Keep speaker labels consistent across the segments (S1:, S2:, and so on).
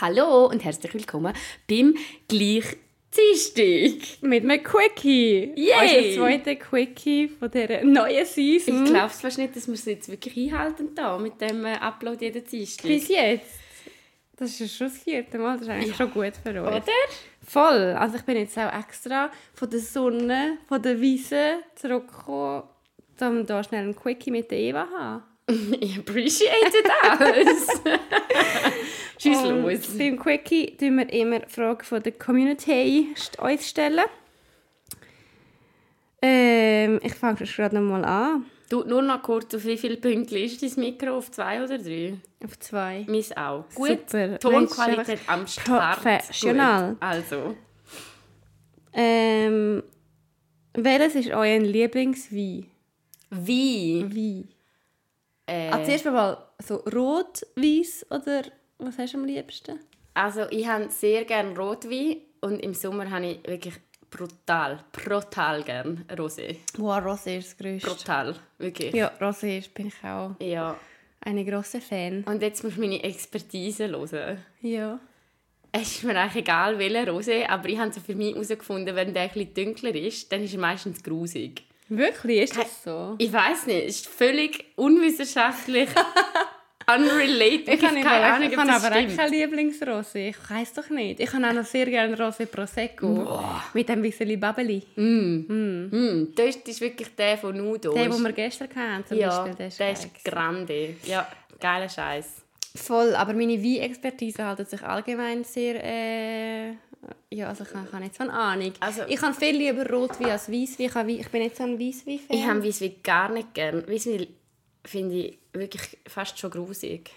S1: Hallo und herzlich willkommen beim gleich Dienstag.
S2: Mit einem Quickie.
S1: Yay!
S2: Unser zweiter Quickie von dieser neuen Season.
S1: Ich glaube es fast nicht, dass wir es jetzt wirklich einhalten da mit dem äh, Upload jeden Dienstag.
S2: Bis jetzt. Das ist ja schon das vierte Mal. Das ist eigentlich schon gut für
S1: Oder?
S2: uns. Voll. Also ich bin jetzt auch extra von der Sonne, von der Wiese zurückgekommen, um hier schnell einen Quickie mit der Eva zu haben.
S1: Ich appreciate das. Ähm, Tschüss,
S2: Und
S1: los.
S2: Beim Quickie stellen wir immer Fragen von der Community st- uns stellen. Ähm, ich fange schon gerade nochmal an.
S1: Du, nur noch kurz, auf wie viele Punkte ist dein Mikro? Auf zwei oder drei?
S2: Auf zwei.
S1: Meins auch. Gut.
S2: Super.
S1: Tonqualität am Start.
S2: professional.
S1: Gut. Also,
S2: Ähm, welches ist euer Lieblingswein?
S1: wie?
S2: Wein.
S1: Äh,
S2: Also zuerst mal so rot, weiß oder was hast du am liebsten?
S1: Also ich habe sehr gerne Rotwein und im Sommer habe ich wirklich brutal, brutal gerne Rosé.
S2: Wow, Rosé ist das größte.
S1: Brutal, wirklich. Ja.
S2: Ja, Rosé ist, bin ich auch eine große Fan.
S1: Und jetzt musst du meine Expertise hören.
S2: Ja.
S1: Es ist mir eigentlich egal, welcher Rosé, aber ich habe so für mich herausgefunden, wenn der etwas dunkler ist, dann ist er meistens grusig.
S2: Wirklich, ist das so?
S1: Ich weiß nicht, es ist völlig unwissenschaftlich, unrelated.
S2: Ich habe
S1: keine
S2: aber-
S1: Ahnung,
S2: ich
S1: ob
S2: habe
S1: das
S2: aber auch
S1: stimmt.
S2: kein Lieblingsrosé. Ich weiß doch nicht. Ich habe auch noch sehr gerne Rosé Prosecco. Mit ein bisschen Babeli.
S1: Hm, das ist das ist wirklich der von Nudo.
S2: Den, den wir gestern hatten, zum
S1: ja,
S2: Beispiel.
S1: der
S2: Der
S1: ist,
S2: ist geil.
S1: grande. Ja, geiler Scheiß.
S2: Voll, aber meine Wein-Expertise hält sich allgemein sehr... Äh, ja, also ich habe ich habe nicht so eine Ahnung.
S1: Also-
S2: ich habe viel lieber Rotwein als Weisswein. Ich, habe, Wein- ich bin nicht so ein Weisswein-Fan.
S1: Ich habe Weisswein gar nicht gern. Weisswein finde ich wirklich fast schon grusig.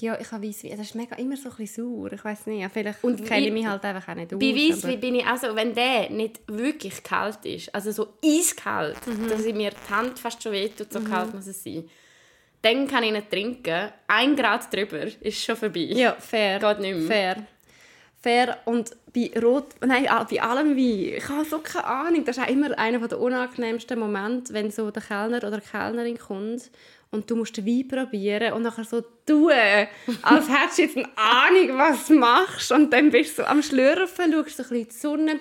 S2: Ja, ich habe Weisswein. Das ist mega, immer so ein bisschen sauer. Ich weiß nicht. Ja, vielleicht
S1: Und
S2: kenne
S1: wie-
S2: ich mich halt einfach auch nicht aus.
S1: Bei Weisswein
S2: aber-
S1: bin ich, also wenn der nicht wirklich kalt ist, also so eiskalt, dass ich mir die Hand fast schon wehtut, so kalt muss es sein, dann kann ich ihn trinken. Ein Grad drüber ist schon vorbei.
S2: Ja, fair.
S1: Geht nicht mehr.
S2: Fair. Fair und bei Rot... Nein, all- bei allem Wein. Ich habe so keine Ahnung. Das ist auch immer einer der unangenehmsten Momente, wenn so der Kellner oder die Kellnerin kommt und du musst den Wein probieren und nachher so tun, als hättest du jetzt eine Ahnung, was du machst. Und dann bist du so am Schlürfen, schaust so ein bisschen in die Sonne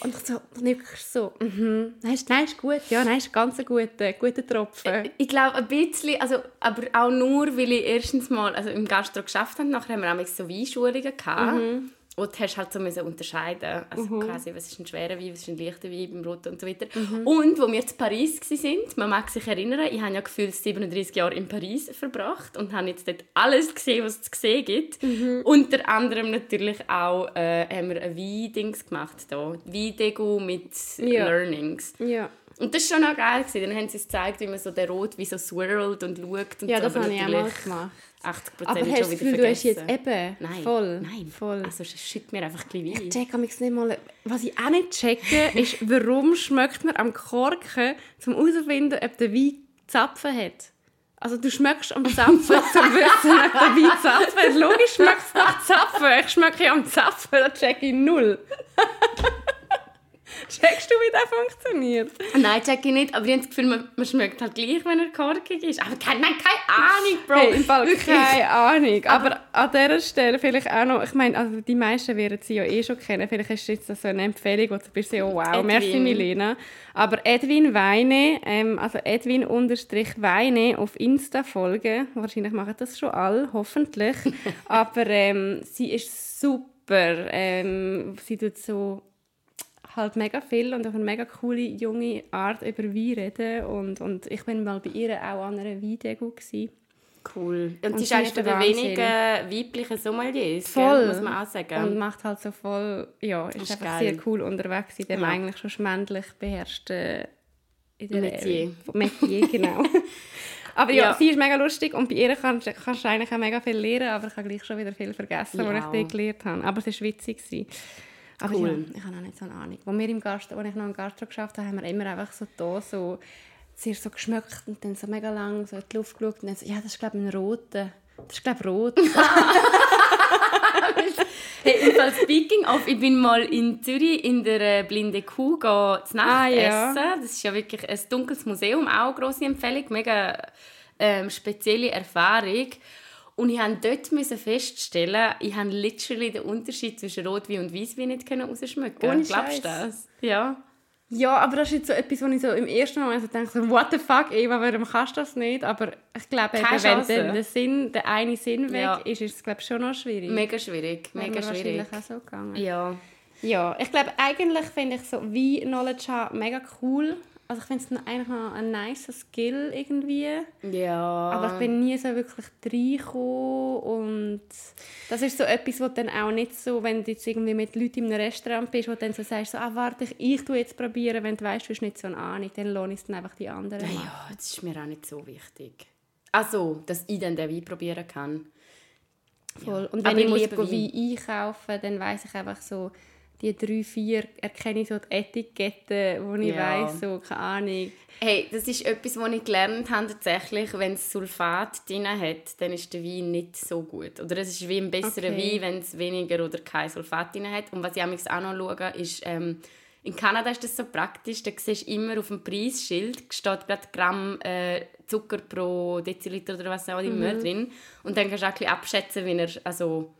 S2: und so, dann nickst du so, mhm, nein, ist- nein, ist gut, ja, nein, ist ganz ein guter, guter Tropfen.
S1: Ich glaube ein bisschen, also, aber auch nur, weil ich erstens mal also im Gastro geschafft habe. Nachher haben wir auch so Weinschulungen gehabt. Und hast halt so müssen unterscheiden. Also quasi, was ist ein schwerer Wein, was ist ein leichter Wein, beim Roten und so weiter. Und wo wir zu Paris waren, man mag sich erinnern, ich habe ja gefühlt 37 Jahre in Paris verbracht und habe jetzt dort alles gesehen, was es zu sehen gibt. Unter anderem natürlich auch äh, haben wir ein Wein-Dings gemacht hier. Weindegu mit
S2: Ja.
S1: Learnings.
S2: Ja.
S1: Und das war schon noch geil. Gewesen. Dann haben sie es gezeigt, wie man so den Rot wie so swirlt und schaut. Und
S2: Ja,
S1: so,
S2: das
S1: aber
S2: habe ich auch mal
S1: natürlich
S2: gemacht.
S1: 80
S2: Aber
S1: schon
S2: hast du das
S1: wieder
S2: Gefühl, du hast
S1: vergessen.
S2: jetzt eben
S1: Nein,
S2: voll,
S1: nein.
S2: voll.
S1: Also schickt mir einfach ein bisschen
S2: Ich
S1: Wein.
S2: check am nicht mal. Was ich auch nicht checke, ist, warum schmeckt man am Korken, um herauszufinden, ob der Wein Zapfen hat. Also du schmeckst am Zapfen, zum wissen, ob der Wein Zapfen hat. Logisch schmeckt es nach Zapfen. Ich schmecke ja am Zapfen, das checke ich null. Checkst du, wie das funktioniert?
S1: Nein, check ich nicht. Aber ich habe das Gefühl, man, man schmeckt halt gleich, wenn er korkig ist. Aber keine, nein, keine Ahnung, Bro.
S2: Hey, im Fall
S1: Wirklich.
S2: keine Ahnung. Aber an dieser Stelle vielleicht auch noch, ich meine, also die meisten werden sie ja eh schon kennen. Vielleicht ist jetzt das so eine Empfehlung, wo du bist, oh wow,
S1: Edwin.
S2: merci Milena. Aber Edwin Weine, ähm, also Edwin unterstrich Weine auf Insta folgen. Wahrscheinlich machen das schon alle, hoffentlich. Aber ähm, sie ist super. Ähm, sie tut so halt mega viel und auf eine mega coole junge Art über Wein reden und, und ich bin mal bei ihr auch an einer Weindego gewesen.
S1: Cool. Und, sie
S2: sie
S1: ist
S2: ist
S1: eines der
S2: der Wahnsinn.
S1: wenigen weiblichen Sommeliers, Gell?
S2: Voll.
S1: muss man auch sagen.
S2: Und macht halt so voll, ja, ist,
S1: Ist
S2: einfach
S1: geil.
S2: sehr cool unterwegs in dem
S1: Ja.
S2: eigentlich schon schmändlich beherrschten in der
S1: Metier.
S2: Metier, genau. aber ja,
S1: Ja.
S2: sie ist mega lustig und bei ihr kannst, kannst du eigentlich auch mega viel lernen, aber ich habe gleich schon wieder viel vergessen, was
S1: Ja.
S2: ich dort gelernt habe. Aber es war witzig. Gewesen. Aber
S1: Cool.
S2: ja, ich habe auch nicht so eine Ahnung. Als, wir im Gast, als ich noch im Gastro geschafft habe, haben wir immer einfach so da so zuerst so geschmückt und dann so mega lang so in die Luft geschaut und dann so, ja, das ist glaube ich ein roter. Das ist glaube ich rot.
S1: Hey, im Fall speaking of, ich bin mal in Zürich in der äh, Blinde Kuh gehen, zu Nacht
S2: Ah, ja.
S1: essen. Das ist ja wirklich ein dunkles Museum, auch eine grosse Empfehlung, mega ähm, spezielle Erfahrung. Und ich musste dort müssen feststellen, ich habe literally den Unterschied zwischen Rotwein und Weißwein nicht können rausschmecken.
S2: Ohne Scheiß.
S1: Glaubst du das? Ja.
S2: Ja, aber das ist jetzt so etwas, wo ich so im ersten Moment so denke, so, what the fuck, Eva, warum kannst du das nicht? Aber ich glaube,
S1: Keine
S2: eben, wenn
S1: Chance.
S2: der, der, Sinn, der eine Sinn weg
S1: Ja.
S2: ist, ist es glaube ich, schon noch schwierig.
S1: Mega schwierig.
S2: Wäre
S1: Mega
S2: mir
S1: schwierig.
S2: wahrscheinlich auch so gegangen.
S1: Ja.
S2: Ja, ich glaube, eigentlich finde ich so wie Knowledge haben mega cool. Also ich finde es eigentlich noch ein nicer Skill irgendwie.
S1: Ja.
S2: Aber ich bin nie so wirklich reingekommen und das ist so etwas, wo du dann auch nicht so, wenn du jetzt irgendwie mit Leuten in einem Restaurant bist, wo du dann so sagst, so, ah, warte, ich, ich tu jetzt probieren, wenn du weißt, du hast nicht so eine Ahnung, dann lohne ich es dann einfach die anderen machen.
S1: Ja, das ist mir auch nicht so wichtig. Also, dass ich dann den Wein probieren kann.
S2: Voll. Und
S1: Aber
S2: wenn ich,
S1: ich
S2: muss
S1: liebe
S2: go Wein einkaufen, dann weiß ich einfach so, die drei, vier erkenne ich so die Etiketten, wo ich
S1: Ja.
S2: weiss, so, keine Ahnung.
S1: Hey, das ist etwas, was ich gelernt habe tatsächlich. Wenn es Sulfat drin hat, dann ist der Wein nicht so gut. Oder es ist wie ein besserer
S2: Okay.
S1: Wein, wenn es weniger oder kein Sulfat drin hat. Und was ich manchmal auch noch schaue, ist, ähm, in Kanada ist das so praktisch, da siehst du immer auf dem Preisschild, steht gerade Gramm äh, Zucker pro Deziliter oder was auch immer drin. Und dann kannst du auch ein bisschen abschätzen, wie er also,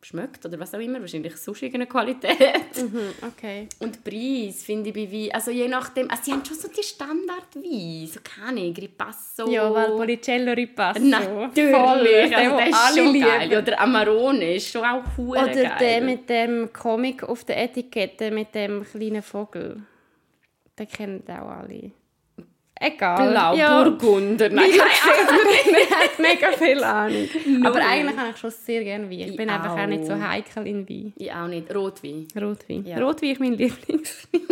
S1: schmeckt oder was auch immer. Wahrscheinlich sonst irgendeine Qualität.
S2: Mhm, okay.
S1: Und Preis finde ich bei Wein, also je nachdem, also sie haben schon so die Standardwein, so keine Ahnung, Ripasso.
S2: Ja, Valpolicello Ripasso.
S1: Oh. Natürlich,
S2: Voll,
S1: also
S2: den,
S1: der
S2: den
S1: ist
S2: alle
S1: schon
S2: lieben.
S1: geil. Oder Amarone ist schon auch hure
S2: Oder
S1: geil.
S2: der mit dem Comic auf der Etikette mit dem kleinen Vogel. Den kennen auch alle. Egal.
S1: Blau,
S2: Ja,
S1: Burgunder, nein,
S2: wie
S1: keine
S2: ihr seht, man hat mega viel Ahnung. Aber eigentlich habe ich schon sehr gerne Wein. Ich
S1: Ich
S2: bin einfach auch nicht so
S1: auch.
S2: heikel in Wein.
S1: Ich auch nicht, Rotwein.
S2: Rotwein.
S1: Ja.
S2: Rotwein ist mein Lieblingswein.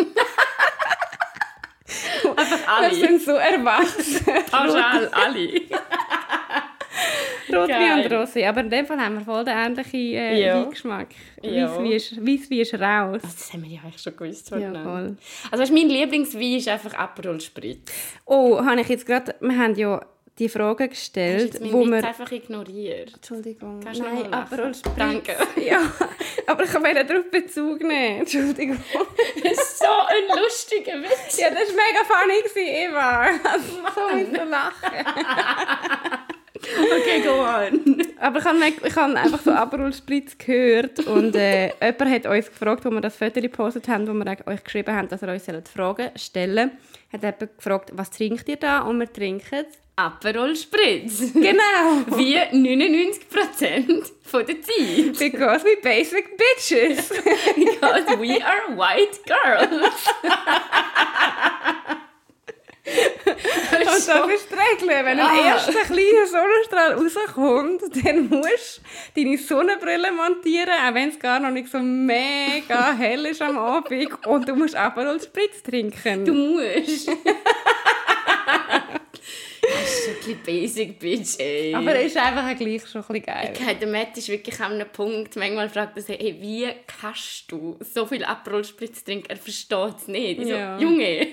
S1: Einfach
S2: Wir
S1: alle,
S2: sind so erwachsen.
S1: pauschal alle.
S2: Rotwein
S1: Geil.
S2: und Rosé. Aber in dem Fall haben wir voll den ähnlichen äh,
S1: Ja.
S2: Weingeschmack.
S1: Ja.
S2: Weiss, wie ist, weiss, wie ist raus.
S1: Das haben wir ja eigentlich schon gewusst.
S2: Ja,
S1: ne?
S2: voll.
S1: Also weißt, du, mein Lieblingswein ist einfach Aperol Spritz.
S2: Oh, habe ich jetzt gerade... Wir haben ja die Frage
S1: Hast
S2: gestellt,
S1: du jetzt
S2: wo
S1: meinen Witz
S2: wir...
S1: einfach ignoriert?
S2: Entschuldigung.
S1: Kannst du
S2: Nein,
S1: noch mal lachen?
S2: aber
S1: Danke.
S2: Ja, aber ich kann mir darauf Bezug nehmen. Entschuldigung.
S1: Das ist so ein lustiger Witz.
S2: ja, das war mega funny, gewesen, Eva. Also, so mit dem Lachen.
S1: Okay, go on.
S2: Aber ich habe, meg- ich habe einfach so Aperol Spritz gehört und äh, jemand hat uns gefragt, wo wir das Foto gepostet haben, wo wir euch geschrieben haben, dass ihr uns sollt Fragen stellen sollt. Hat jemand gefragt, was trinkt ihr da? Und wir trinken...
S1: Aperol Spritz.
S2: Genau!
S1: Wie 99% von der Zeit.
S2: Because we basic bitches!
S1: Because we are white girls.
S2: Und das ist die Regel. Wenn ein
S1: Ah.
S2: erster kleiner Sonnenstrahl rauskommt, dann musst du deine Sonnenbrille montieren, auch wenn es gar noch nicht so mega hell ist am Abend.
S1: oh,
S2: Und du musst Aperol Spritz trinken.
S1: du musst. das ist ein bisschen basic, bitch, ey.
S2: Aber es ist einfach auch gleich schon ein bisschen geil.
S1: Okay, der Matt ist wirklich an einem Punkt. Manchmal fragt er sich, hey, wie kannst du so viel Aperol Spritz trinken? Er versteht es nicht. Ich
S2: Ja.
S1: So, Junge,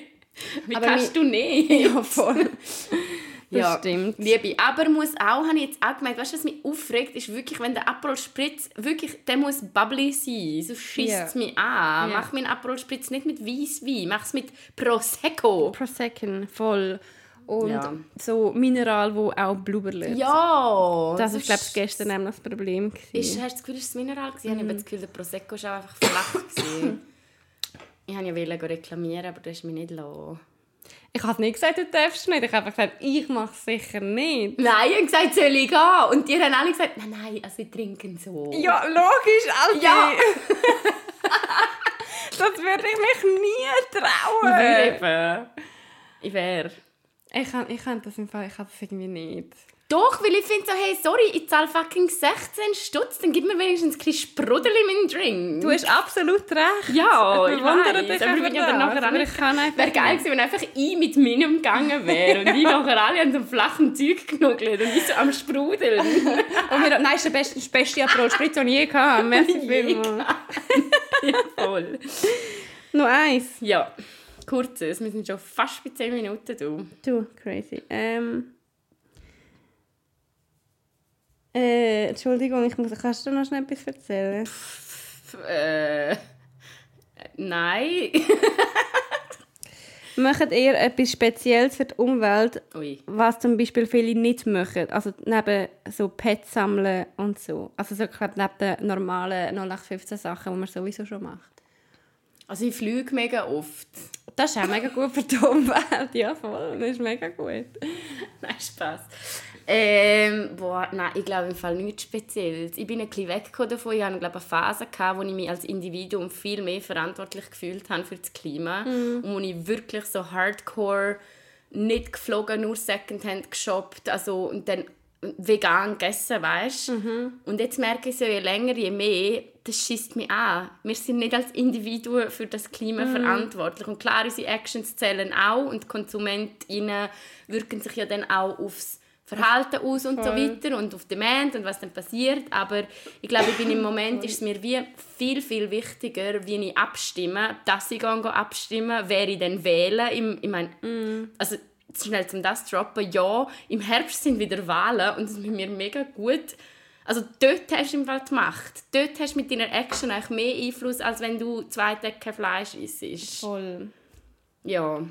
S1: wie
S2: Aber
S1: kannst du nicht?
S2: Ja, voll. Das
S1: Ja,
S2: stimmt.
S1: Liebe, aber muss auch, habe ich jetzt auch gemerkt, weißt du, was mich aufregt, ist wirklich, wenn der Aperol Spritz, wirklich, der muss bubbly sein, so schiesst es
S2: Ja.
S1: mich an.
S2: Ja.
S1: Mach mir einen Aperol Spritz nicht mit Weisswein, mach es mit Prosecco.
S2: Prosecco, voll. Und
S1: Ja.
S2: so Mineral, wo auch blubbert.
S1: Ja!
S2: Das war, glaube ich, Mhm. gestern eben noch das Problem. gewesen.
S1: Ist, hast du das Gefühl, ist das Mineral gewesen? Ich habe das Gefühl, der Prosecco war auch einfach flach. gewesen. ich wollte ja wollen go reklamieren, aber du hast mich nicht lassen.
S2: Ich habe nicht gesagt, du darfst nicht. Ich habe einfach gesagt, ich mache es sicher nicht.
S1: Nein, ich habe gesagt, soll ich gehen? Und die haben alle gesagt, nein, nein, also wir trinken so.
S2: Ja, logisch, Alter.
S1: Ja.
S2: das würde ich mich nie trauen.
S1: Äh. Ich wäre...
S2: Ich kann, ich kann das im Fall, ich kann das irgendwie nicht.
S1: Doch, weil ich finde so, hey, sorry, ich zahle fucking 16 Stutz, dann gib mir wenigstens ein bisschen Sprudel in meinen Drink.
S2: Du hast absolut recht.
S1: ja,
S2: Oh, Ich
S1: ich
S2: bewundere
S1: weiß,
S2: dich Also
S1: aber ich
S2: für
S1: bin ja dann
S2: das,
S1: nachher auch
S2: aber ich
S1: nicht-
S2: kann einfach
S1: Wäre geil gewesen, wenn einfach ich mit meinem gegangen wäre und ich nachher alle an so einem flachen Zeug genuggelt und ich so am Sprudeln.
S2: Und oh, wir, nein, ist der beste, das beste Aperol Spritz, den ich je hatte. Merci vielmals.
S1: ja, voll.
S2: Noch eins.
S1: Ja, kurzes, wir sind schon fast bei 10 Minuten, du.
S2: Du, crazy. Ähm... Äh, Entschuldigung, ich muss, kannst du noch schnell etwas erzählen?
S1: Pff, äh, nein.
S2: Macht ihr etwas Spezielles für die Umwelt,
S1: Ui.
S2: was zum Beispiel viele nicht machen? Also neben so Pets sammeln und so. Also so, ich glaube, neben den normalen 0815 Sachen, die man sowieso schon macht.
S1: Also ich fliege mega oft.
S2: Das ist auch mega gut für die Umwelt. Ja, voll. Das ist mega gut.
S1: Nein, Spaß. Ähm, boah, nein, ich glaube im Fall nichts Spezielles. Ich bin ein bisschen weggekommen davon. Ich hatte glaube ich, eine Phase, gehabt, wo ich mich als Individuum viel mehr verantwortlich gefühlt habe für das Klima. Und wo ich wirklich so hardcore nicht geflogen, nur Secondhand geshoppt also, und dann vegan gegessen, weißt Und jetzt merke ich so, je länger, je mehr, das schießt mich an. Wir sind nicht als Individuen für das Klima verantwortlich. Und klar, unsere Actions zählen auch und die KonsumentInnen wirken sich ja dann auch aufs Verhalten aus und so weiter und auf Demand und was dann passiert. Aber ich glaube, ich bin im Moment ist es mir wie viel, viel wichtiger, wie ich abstimme, dass ich gehe abstimme, wer ich dann wähle. Ich, ich meine, also schnell zum das zu droppen, ja, im Herbst sind wieder Wahlen und das ist mir mega gut. Also dort hast du im Fall die Macht. Dort hast du mit deiner Action eigentlich mehr Einfluss, als wenn du zwei Tage kein Fleisch isst.
S2: Voll.
S1: Ja.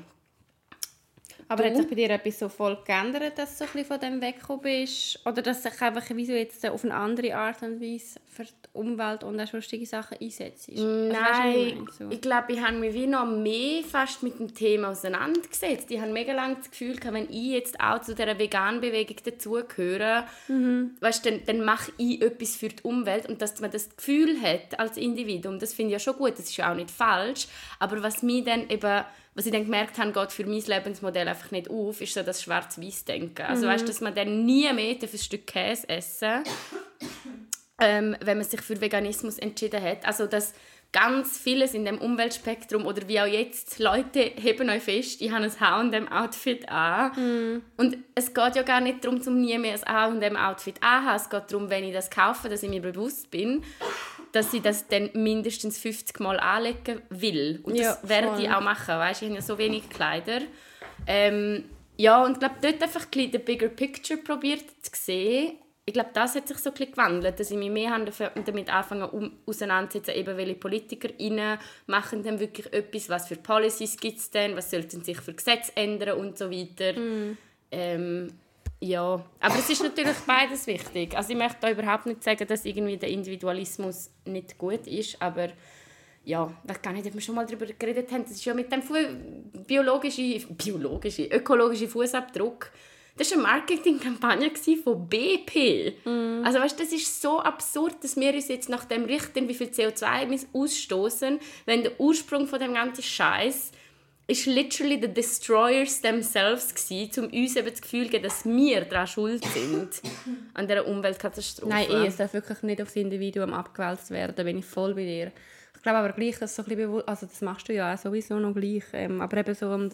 S2: Aber
S1: Du?
S2: hat sich bei dir etwas so voll geändert, dass du so ein bisschen von dem weggekommen bist? Oder dass du dich einfach wie so jetzt auf eine andere Art und Weise für die Umwelt und auch sonstige Sachen einsetzt? Also
S1: Ähm,
S2: weisst du, was ich
S1: Nein,
S2: meine? So.
S1: ich glaube, ich habe mich wie noch mehr fast mit dem Thema auseinandergesetzt. Ich habe mega lange das Gefühl, gehabt, wenn ich jetzt auch zu dieser veganen Bewegung dazugehöre,
S2: Mhm.
S1: weißt, dann, dann mache ich etwas für die Umwelt. Und dass man das Gefühl hat als Individuum, das finde ich ja schon gut, das ist ja auch nicht falsch. Aber was, mich dann eben, was ich dann gemerkt habe, geht für mein Lebensmodell einfach nicht auf, ist so das Schwarz-Weiß-Denken.
S2: Mhm.
S1: Also weißt, dass man dann nie mehr darf ein Stück Käse essen ähm, wenn man sich für Veganismus entschieden hat. Also dass ganz vieles in dem Umweltspektrum oder wie auch jetzt, Leute heben euch fest, ich habe ein H&M-Outfit an. Und es geht ja gar nicht darum, zum nie mehr ein H&M-Outfit anzuhaben. Es geht darum, wenn ich das kaufe, dass ich mir bewusst bin, dass ich das dann mindestens 50 Mal anlegen will. Und
S2: Ja,
S1: das werde ich
S2: voll.
S1: auch machen, weißt? ich habe ja so wenig Kleider. Ähm, ja, und ich glaube, dort einfach ein bisschen den bigger picture probiert zu sehen. Ich glaube, das hat sich so ein bisschen gewandelt, dass ich mich mehr habe dafür- damit anfangen um, auseinanderzusetzen, eben welche PolitikerInnen machen denn wirklich etwas, was für Policies gibt es denn, was sollten sich für Gesetze ändern und so weiter. Ähm, ja, aber es ist natürlich beides wichtig. Also ich möchte da überhaupt nicht sagen, dass irgendwie der Individualismus nicht gut ist, aber ja, ich weiß gar nicht, ob wir schon mal darüber geredet haben, das ist ja mit dem Fu- biologischen, biologischen, ökologischen Fußabdruck, das war eine Marketingkampagne gewesen von BP. Also weißt, das ist so absurd, dass wir uns jetzt nach dem richten, wie viel CO2 wir ausstoßen, wenn der Ursprung von dem ganzen Scheiß ist literally the destroyers themselves gsi, um uns eben das Gefühl zu geben, dass wir daran schuld sind an dieser Umweltkatastrophe.
S2: Nein, eh, es darf wirklich nicht aufs Individuum abgewälzt werden, bin ich voll bei dir. Ich glaube aber gleich, dass so ein bisschen bewusst, also das machst du ja auch sowieso noch gleich, ähm, aber eben so einen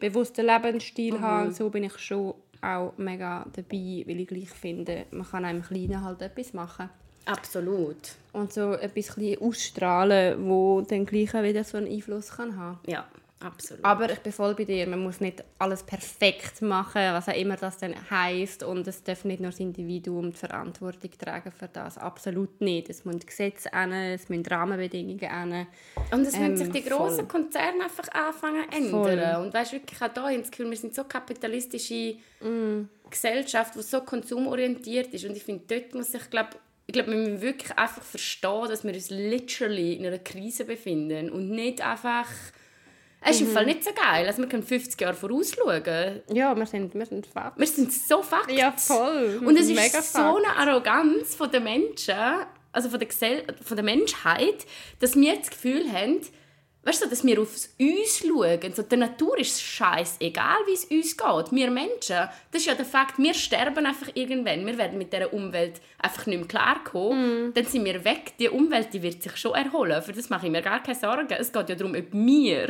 S2: bewussten Lebensstil haben, und so bin ich schon auch mega dabei, weil ich gleich finde, man kann auch im Kleinen halt etwas machen.
S1: Absolut.
S2: und so etwas chli ausstrahlen, wo dann gleich auch wieder so einen Einfluss kann haben.
S1: Ja, absolut.
S2: Aber ich bin voll bei dir, man muss nicht alles perfekt machen, was auch immer das dann heisst. Und es darf nicht nur das Individuum die Verantwortung tragen für das. Absolut nicht. Es müssen Gesetze hin, es müssen Rahmenbedingungen hin.
S1: Und es
S2: Ähm,
S1: müssen sich die
S2: voll.
S1: grossen Konzerne einfach anfangen zu ändern. Und weißt wirklich auch da, ich habe das Gefühl, wir sind so kapitalistische
S2: Mm.
S1: Gesellschaft, die so konsumorientiert ist. Und ich finde, dort muss ich, glaube ich, glaube, wir müssen wirklich einfach verstehen, dass wir uns literally in einer Krise befinden und nicht einfach... Es ist
S2: Mhm.
S1: im Fall nicht so geil. Also wir können 50 Jahre vorausschauen.
S2: Ja, wir sind, wir sind fett.
S1: Wir sind so fakt.
S2: Ja, voll.
S1: Und es ist
S2: Mega
S1: so eine Arroganz von den Menschen, also von der, Gesell von der Menschheit, dass wir das Gefühl haben, weißt du, dass wir auf uns schauen. So, der Natur ist scheiß egal, wie es uns geht. Wir Menschen, das ist ja der Fakt, wir sterben einfach irgendwann. Wir werden mit dieser Umwelt einfach nicht mehr
S2: Mhm.
S1: klarkommen. Dann sind wir weg. Die Umwelt die wird sich schon erholen. Für das mache ich mir gar keine Sorgen. Es geht ja darum, ob wir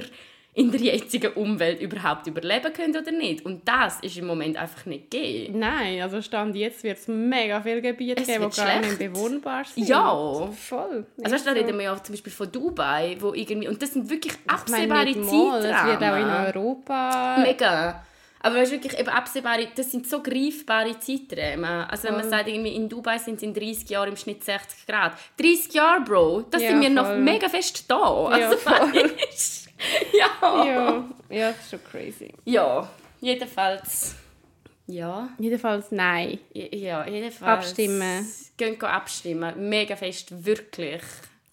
S1: in der jetzigen Umwelt überhaupt überleben können oder nicht. Und das ist im Moment einfach nicht gegeben.
S2: Nein, also Stand jetzt wird es mega viele Gebiete
S1: Es
S2: geben,
S1: wird
S2: die gar nicht
S1: schlecht.
S2: bewohnbar sind.
S1: Ja.
S2: Voll.
S1: Also weißt, du, da
S2: Echt so.
S1: reden wir ja auch zum Beispiel von Dubai, wo irgendwie, und das sind wirklich
S2: Ich meine,
S1: absehbare
S2: nicht mal,
S1: Zeitrahmen.
S2: Es wird auch in Europa
S1: Mega. Aber weißt du, wirklich eben absehbare, das sind so greifbare Zeiträume. Also wenn man sagt, irgendwie in Dubai sind es in 30 Jahren im Schnitt 60 Grad. 30 Jahre, Bro, das
S2: Ja,
S1: sind wir noch
S2: voll.
S1: mega fest da. Also,
S2: voll.
S1: weisst du? ja. ja.
S2: Ja, ja, das ist schon crazy.
S1: Ja, jedenfalls. Ja.
S2: Jedenfalls nein.
S1: Ja, jedenfalls.
S2: Abstimmen.
S1: Gehen go abstimmen. Mega fest, wirklich.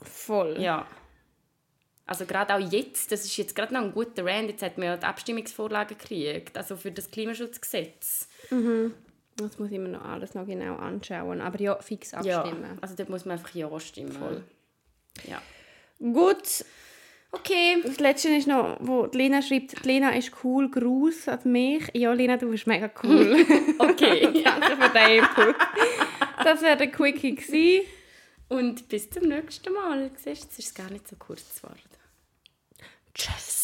S2: Voll.
S1: Ja. Also gerade auch jetzt, das ist jetzt gerade noch ein guter Rand, jetzt hat man ja die Abstimmungsvorlagen gekriegt, also für das Klimaschutzgesetz.
S2: Das muss ich mir noch alles noch genau anschauen. Aber ja, fix
S1: Ja,
S2: abstimmen.
S1: also dort muss man einfach Ja stimmen.
S2: Voll.
S1: Ja.
S2: Gut,
S1: Okay.
S2: das letzte ist noch, wo die Lena schreibt, die Lena ist cool, Gruß an mich. Ja, Lena, du bist mega cool. Also
S1: Okay.
S2: Danke für den Input. Das wäre der Quickie gewesen.
S1: Und bis zum nächsten Mal. Siehst du, es ist gar nicht so kurz geworden.
S2: Tschüss.